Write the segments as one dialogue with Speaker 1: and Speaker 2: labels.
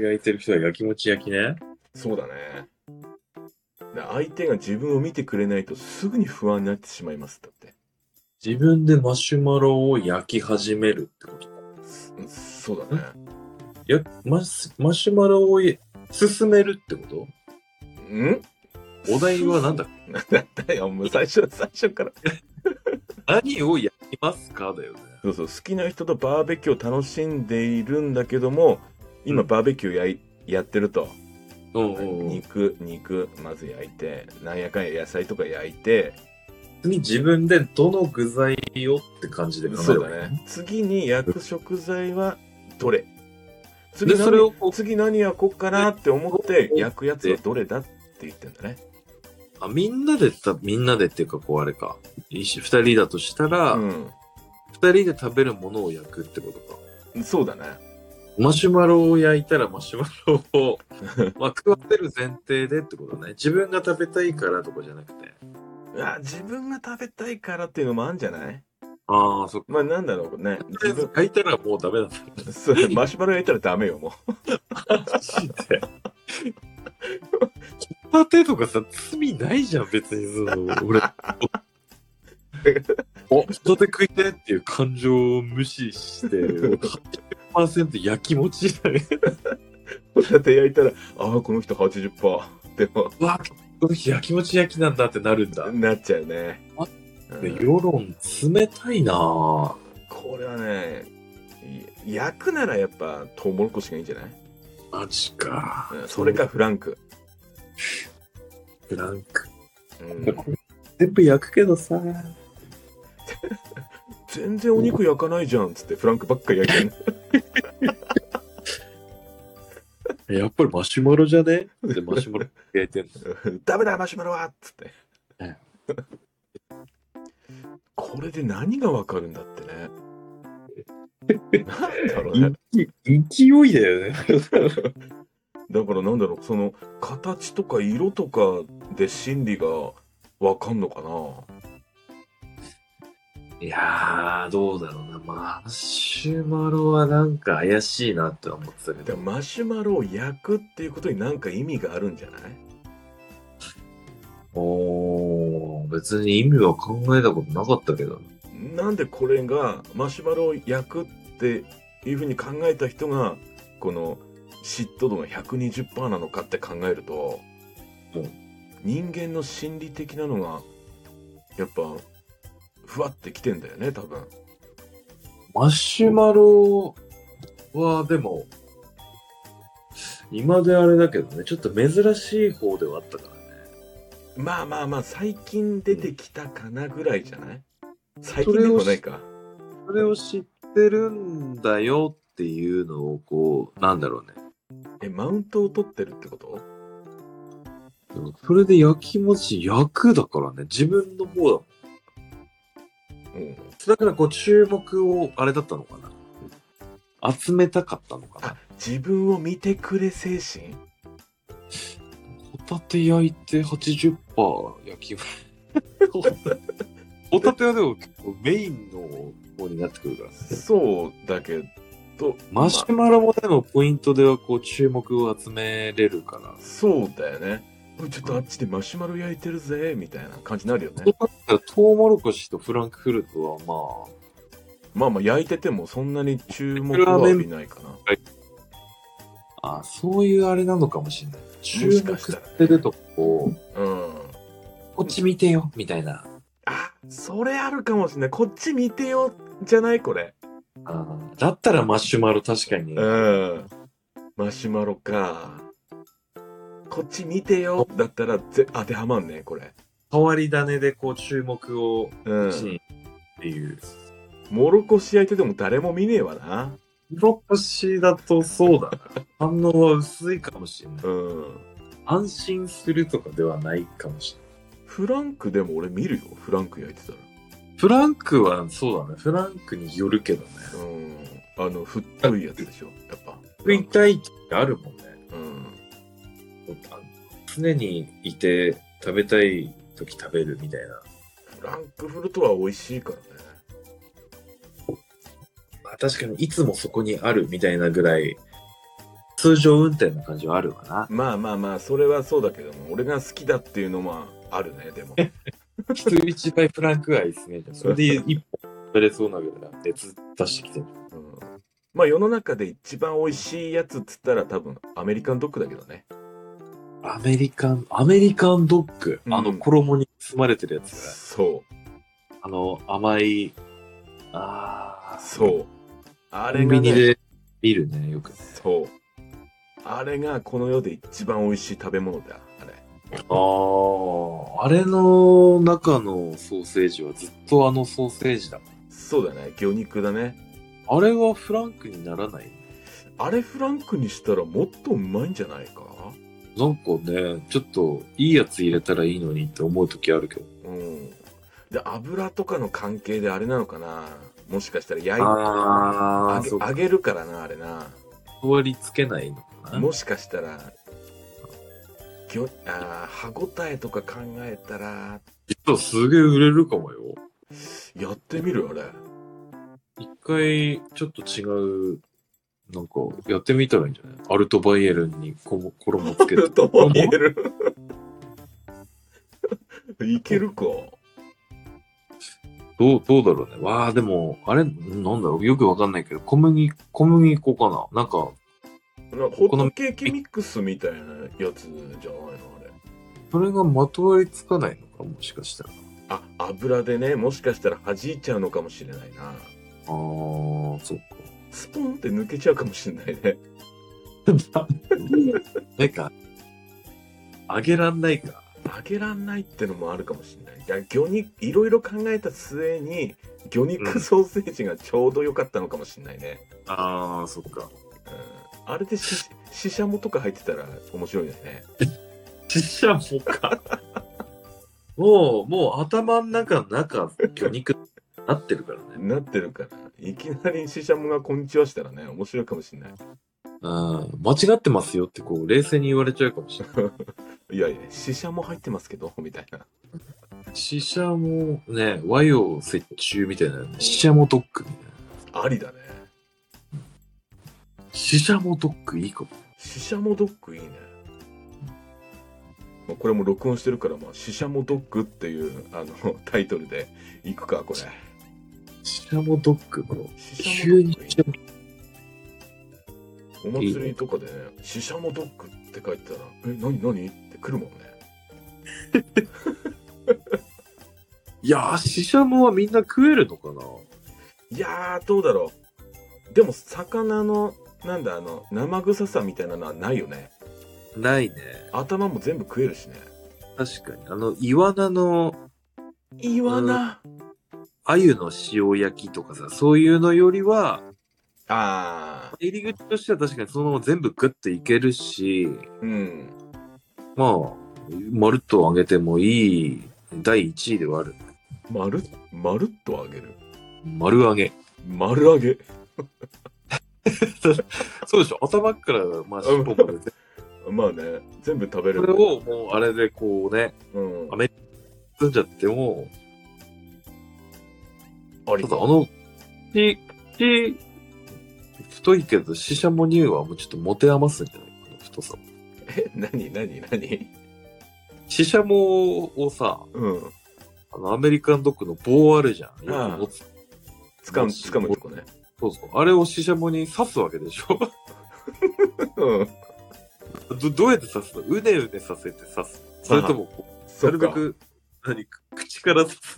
Speaker 1: 焼いてる人はやきもち焼きね。
Speaker 2: そうだね。だ相手が自分を見てくれないとすぐに不安になってしまいます。だって。
Speaker 1: 自分でマシュマロを焼き始めるってこと
Speaker 2: すそうだね。
Speaker 1: やマシマシュマロをい進めるってこと
Speaker 2: ん
Speaker 1: お題は 何だっけ
Speaker 2: なんだよ、もう 最初、最初から。
Speaker 1: 何を焼きますかだよね。
Speaker 2: そうそう、好きな人とバーベキューを楽しんでいるんだけども、今バーベキューやいやってると。
Speaker 1: うんうんうん。
Speaker 2: 肉、肉、まず焼いて、なんやかんや野菜とか焼いて、
Speaker 1: 次自分でどの具材をって感じで考え
Speaker 2: そう
Speaker 1: ればいい
Speaker 2: だ
Speaker 1: の
Speaker 2: ね。次に焼く食材はどれ次
Speaker 1: で、
Speaker 2: 何
Speaker 1: それをこう、
Speaker 2: 次何焼こうかなって思って焼くやつはどれだって言ってんだね。
Speaker 1: あ、みんなでた、みんなでっていうか、こう、あれか。一緒二人だとしたら、二、人
Speaker 2: う
Speaker 1: で食べるものを焼くってことか。
Speaker 2: ん。そうだね。
Speaker 1: マシュマロを焼いたらマシュマロを、 まあ、食わせる前提でってことね。自分が食べたいからとかじゃなくて。
Speaker 2: あ自分が食べたいからっていうのもあるんじゃない
Speaker 1: ああ、そっか。
Speaker 2: まあなんだろうね。自分、
Speaker 1: 焼いたらもうダメだった。
Speaker 2: そうマシュマロ焼いたらダメよ、も
Speaker 1: マジで。ホタテとかさ、罪ないじゃん、別に。その俺、 お、ホタテ食いてっていう感情を無視して、80%焼きもちだね。
Speaker 2: う。ホタテ焼いたら、ああ、この人80%っても
Speaker 1: うわ、この日焼きもち焼きなんだってなるんだ。
Speaker 2: なっちゃうね
Speaker 1: あ。
Speaker 2: うん
Speaker 1: で世論冷たいなぁ。
Speaker 2: これはね、い焼くならやっぱトウモロコシがいいんじゃない
Speaker 1: マジか
Speaker 2: うん。それかフランク。
Speaker 1: フランク。
Speaker 2: うん
Speaker 1: 全部焼くけどさ。
Speaker 2: 全然お肉焼かないじゃんっつってフランクばっかり焼いてる
Speaker 1: やっぱりマシュマロじゃねで、マシュマロ焼いてんの。
Speaker 2: ダメだマシュマロはっつって
Speaker 1: うん。
Speaker 2: これで何がわかるんだってね。なんだろうね。
Speaker 1: 勢いだよね。
Speaker 2: だからなんだろう、その形とか色とかで心理がわかんのかない
Speaker 1: やー、どうだろうな。マシュマロはなんか怪しいなって思ってたけ
Speaker 2: で
Speaker 1: ど。
Speaker 2: もマシュマロを焼くっていうことになんか意味があるんじゃない
Speaker 1: おー、別に意味は考えたことなかったけど。
Speaker 2: なんでこれがマシュマロを焼くっていうふうに考えた人がこの嫉妬度が120%なのかって考えると、
Speaker 1: うん
Speaker 2: 人間の心理的なのがやっぱふわってきてんだよね多分
Speaker 1: マシュマロは、でも、今であれだけどね、ちょっと珍しい方ではあったからね。
Speaker 2: まあまあまあ最近出てきたかなぐらいじゃない最近でもないか
Speaker 1: それを知ってるんだよっていうのを、こう、なんだろうね。
Speaker 2: えマウントを取ってるってこと
Speaker 1: それで焼きもち焼くだからね、自分の方だもん。
Speaker 2: うん
Speaker 1: だからこう注目を、あれだったのかな集めたかったのかな
Speaker 2: あ自分を見てくれ精神
Speaker 1: ホタテ焼いて80%焼き ホタテはでも結構メインの方になってくるからね。
Speaker 2: そうだけど
Speaker 1: マシュマロもでもポイントではこう注目を集めれるから。
Speaker 2: そうだよね。おいちょっとあっちでマシュマロ焼いてるぜ、みたいな感じになるよ
Speaker 1: そう
Speaker 2: ね。
Speaker 1: なったらトウモロコシとフランクフルトはま
Speaker 2: まあまあ焼いててもそんなに注目は浴びないかな。
Speaker 1: あ、あそういうあれなのかもしれない。注
Speaker 2: し
Speaker 1: 目
Speaker 2: かした
Speaker 1: し
Speaker 2: らね
Speaker 1: てるとこう、
Speaker 2: うん。
Speaker 1: こっち見てよ、みたいな。
Speaker 2: あ、それあるかもしれない。こっち見てよ、じゃないこれ。
Speaker 1: あーだったらマシュマロ確かに。
Speaker 2: うん。マシュマロか。こっち見てよ、だったらぜ当てはまんね、これ。
Speaker 1: 変わり種でこう注目を
Speaker 2: う
Speaker 1: こっち
Speaker 2: ん。
Speaker 1: にっていう。
Speaker 2: もろこし焼いてても誰も見ねえわな。
Speaker 1: ロコシだとそうだな。 反応は薄いかもしれない。
Speaker 2: うん。
Speaker 1: 安心するとかではないかもしれない。
Speaker 2: フランクでも俺見るよ、フランク焼いてたら。
Speaker 1: フランクはそうだね。フランクによるけどね。
Speaker 2: うん。あの、太いやつでしょ、やっぱ。
Speaker 1: 食いたいってあるもんね。
Speaker 2: うん。
Speaker 1: 常にいて食べたい時食べるみたいな。
Speaker 2: フランクフルトは美味しいからね。
Speaker 1: まあ、確かにいつもそこにあるみたいなぐらい通常運転の感じはあるわな。
Speaker 2: まあまあまあ、それはそうだけども、俺が好きだっていうのもあるね、でも。
Speaker 1: 人一倍フランク愛ですね。 それで一本取れそうなぐらい別出してきてる。
Speaker 2: うんまあ世の中で一番美味しいやつっつったら多分アメリカンドッグだけどね。
Speaker 1: アメリカン、アメリカンドッグ。
Speaker 2: うん
Speaker 1: あの衣に包まれてるやつが。
Speaker 2: そ
Speaker 1: あの甘い、あ
Speaker 2: う、
Speaker 1: あ、
Speaker 2: そう。あ
Speaker 1: あ
Speaker 2: れ
Speaker 1: コ
Speaker 2: が
Speaker 1: ンビニ
Speaker 2: ね、
Speaker 1: で見るね、よく。
Speaker 2: そう。あれがこの世で一番美味しい食べ物だ、あれ。
Speaker 1: ああ、あれの中のソーセージはずっとあのソーセージだ。
Speaker 2: そうだね、魚肉だね。
Speaker 1: あれはフランクにならない
Speaker 2: あれフランクにしたらもっとうまいんじゃないか
Speaker 1: なんかね、ちょっといいやつ入れたらいいのにって思う時あるけど。
Speaker 2: うん。で、油とかの関係であれなのかなもしかしたら焼
Speaker 1: あ
Speaker 2: い揚
Speaker 1: あ、
Speaker 2: げ
Speaker 1: そうか
Speaker 2: 揚げるからな、あれな。
Speaker 1: 割りつけないのかな。
Speaker 2: もしかしたら、ぎょあー歯ごたえとか考えたら、
Speaker 1: 実はすげえ売れるかもよ。
Speaker 2: やってみるあれ。
Speaker 1: 一回、ちょっと違う、なんか、やってみたらいいんじゃないアルトバイエルンにこも衣つけて。
Speaker 2: とも言える。いけるか。
Speaker 1: どう、どうだろうね。わあ、でも、あれ、なんだろう。よくわかんないけど、小麦、小麦粉かな。なんか、
Speaker 2: なんかホットケーキミックスみたいなやつじゃないのあれ。
Speaker 1: それがまとわりつかないのか、もしかしたら。
Speaker 2: あ、油でね、もしかしたら弾いちゃうのかもしれないな。
Speaker 1: あー、そっか。
Speaker 2: スポンって抜けちゃうかもしれないね。
Speaker 1: なんか、あげらんないか。
Speaker 2: 揚げらんないってのもあるかもしれない。いや、魚肉、いろいろ考えた末に、魚肉ソーセージがちょうど良かったのかもしれないね。
Speaker 1: あー、そっか。
Speaker 2: うんあれでし、ししゃもとか入ってたら面白いですね。
Speaker 1: ちっちゃもうか。もう、もう頭の中、中、魚肉になってるからね。
Speaker 2: なってるから。いきなりししゃもがこんにちはしたらね、面白いかもしれない。
Speaker 1: うん。間違ってますよって、こう、冷静に言われちゃうかもしれない。
Speaker 2: いやいや、ししゃも入ってますけど、みたいな。
Speaker 1: 死者も、ね、和洋折衷みたいな、死者もドックみたいな。
Speaker 2: ありだね。
Speaker 1: 死者もドックいいかも。
Speaker 2: ししゃもドッグいいね。まあこれも録音してるから、まあ、ししゃもドッグっていう、あの、タイトルで、いくか、これ。
Speaker 1: 死者もドックも。
Speaker 2: ししゃ
Speaker 1: 急
Speaker 2: もド
Speaker 1: に
Speaker 2: ッグいい
Speaker 1: 死者も
Speaker 2: お祭りとかでね、シシャモドッグって書いてたら、え、なになにって来るもんね。
Speaker 1: いやー、死者もはみんな食えるのかない
Speaker 2: やー、どうだろう。でも、魚の、なんだ、あの、生臭さみたいなのはないよね。
Speaker 1: ないね。
Speaker 2: 頭も全部食えるしね。
Speaker 1: 確かに。あの、イワナの、
Speaker 2: イワナ、
Speaker 1: 鮎の塩焼きとかさ、そういうのよりは、
Speaker 2: あー、
Speaker 1: 入り口としては確かにそのまま全部グッていけるし、
Speaker 2: うん。
Speaker 1: まあ、まるっと揚げてもいい第1位ではある。
Speaker 2: まる、まるっと揚げる。
Speaker 1: 丸揚げ。
Speaker 2: 丸揚げ。
Speaker 1: そうでしょ頭から、まあ、尻尾まで。
Speaker 2: まあね、全部食べれ
Speaker 1: そ
Speaker 2: る。
Speaker 1: れを、もう、あれでこうね、
Speaker 2: うん。
Speaker 1: あ包んじゃっても、
Speaker 2: あ
Speaker 1: た
Speaker 2: り
Speaker 1: だあの、し、し、太いけど、シシャモニューはもうちょっと持て余すんじゃないこの太さ。
Speaker 2: え、なになになに
Speaker 1: シシャモをさ、
Speaker 2: うん。
Speaker 1: あの、アメリカンドッグの棒あるじゃん。
Speaker 2: ああ
Speaker 1: よく持つ
Speaker 2: つかむ、つかむとこね。
Speaker 1: そうそう。あれをシシャモに刺すわけでしょ
Speaker 2: うん。
Speaker 1: どどうやって刺すのうねうねさせて刺すそれとも、こう
Speaker 2: そ
Speaker 1: な
Speaker 2: っ
Speaker 1: るべ
Speaker 2: か。
Speaker 1: く、何、口から刺す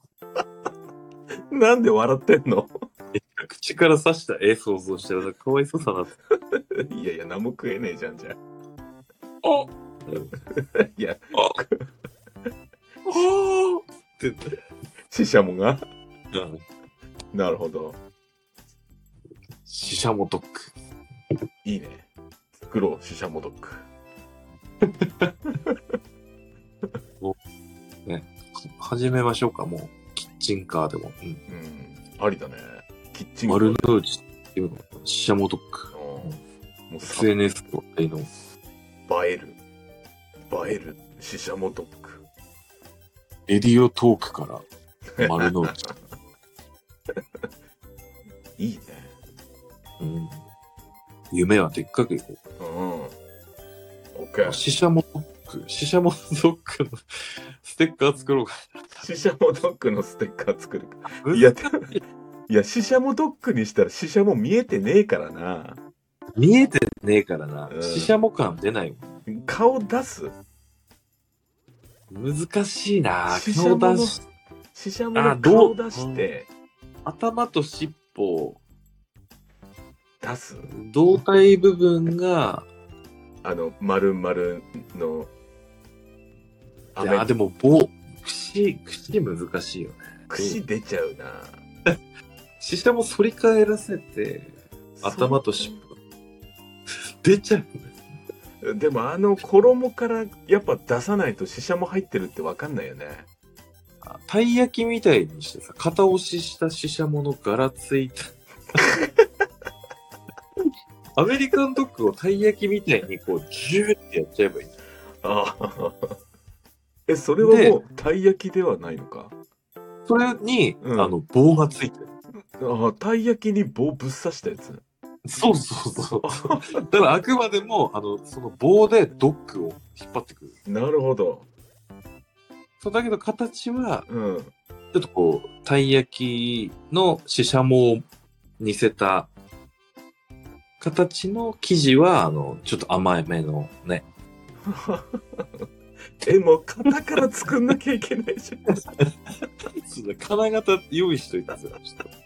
Speaker 2: なんで笑ってんの
Speaker 1: 口から刺した絵想像したら、なんかかわいそうだなって。
Speaker 2: いやいや、何も食えねえじゃん、じゃあ
Speaker 1: あ
Speaker 2: いや、
Speaker 1: あーって
Speaker 2: シシャモが。
Speaker 1: うん
Speaker 2: なるほど。
Speaker 1: シシャモドッグ。
Speaker 2: いいね。作ろう、シシャモドッグ。
Speaker 1: 始めましょうか、もう。キッチンカーでも。うん。
Speaker 2: うん。ありだね。キッチンカー
Speaker 1: 丸の内っていうのシシャモドッグ。
Speaker 2: うんもうさ、映
Speaker 1: SNS とかの。
Speaker 2: える。映える。シシャモドッグ。
Speaker 1: レディオトークから丸の 内。
Speaker 2: いいね。
Speaker 1: うん。夢はでっかくいこう。
Speaker 2: うん。OK。
Speaker 1: シシャモドッグ、シシャモドッグのステッカー作ろうか。
Speaker 2: シシャモドッグのステッカー作る。いや、でもいや、シシャモドッグにしたらシシャモ見えてねえからな。
Speaker 1: 見えてねえからな
Speaker 2: う。ん
Speaker 1: シシャモ感出ないもん
Speaker 2: 顔出す
Speaker 1: 難しいな
Speaker 2: シシャ
Speaker 1: 顔
Speaker 2: モの
Speaker 1: 出し
Speaker 2: シシャモ
Speaker 1: あ
Speaker 2: の
Speaker 1: ど
Speaker 2: 顔
Speaker 1: う
Speaker 2: 出して、
Speaker 1: 頭と尻尾
Speaker 2: 出す
Speaker 1: 胴体部分が
Speaker 2: あの、丸々の、
Speaker 1: いやでも棒口口難しいよね
Speaker 2: 口出ちゃうな。
Speaker 1: シシャモ反り返らせて頭と尻尾出ちゃうね
Speaker 2: そうでもあの衣からやっぱ出さないとシシャモ入ってるってわかんないよね。
Speaker 1: あたい焼きみたいにしてさ片押ししたシシャモの柄ついた アメリカンドッグをたい焼きみたいにこうジューってやっちゃえばいい
Speaker 2: ああ。え、それはもうたい焼きではないのか
Speaker 1: それに、
Speaker 2: うん
Speaker 1: あの棒がついてる
Speaker 2: ああ、たい焼きに棒ぶっ刺したやつ。
Speaker 1: そうそうそう だからあくまでもあのその棒でドッグを引っ張ってくる。
Speaker 2: なるほど。
Speaker 1: そうだけど形は
Speaker 2: うん。
Speaker 1: ちょっとこうたい焼きのししゃもを似せた形の生地はあのちょっと甘めのね。
Speaker 2: え、もう型から作んなきゃいけないじゃん。
Speaker 1: そうだ金型用意しといたんですよ。ちょっと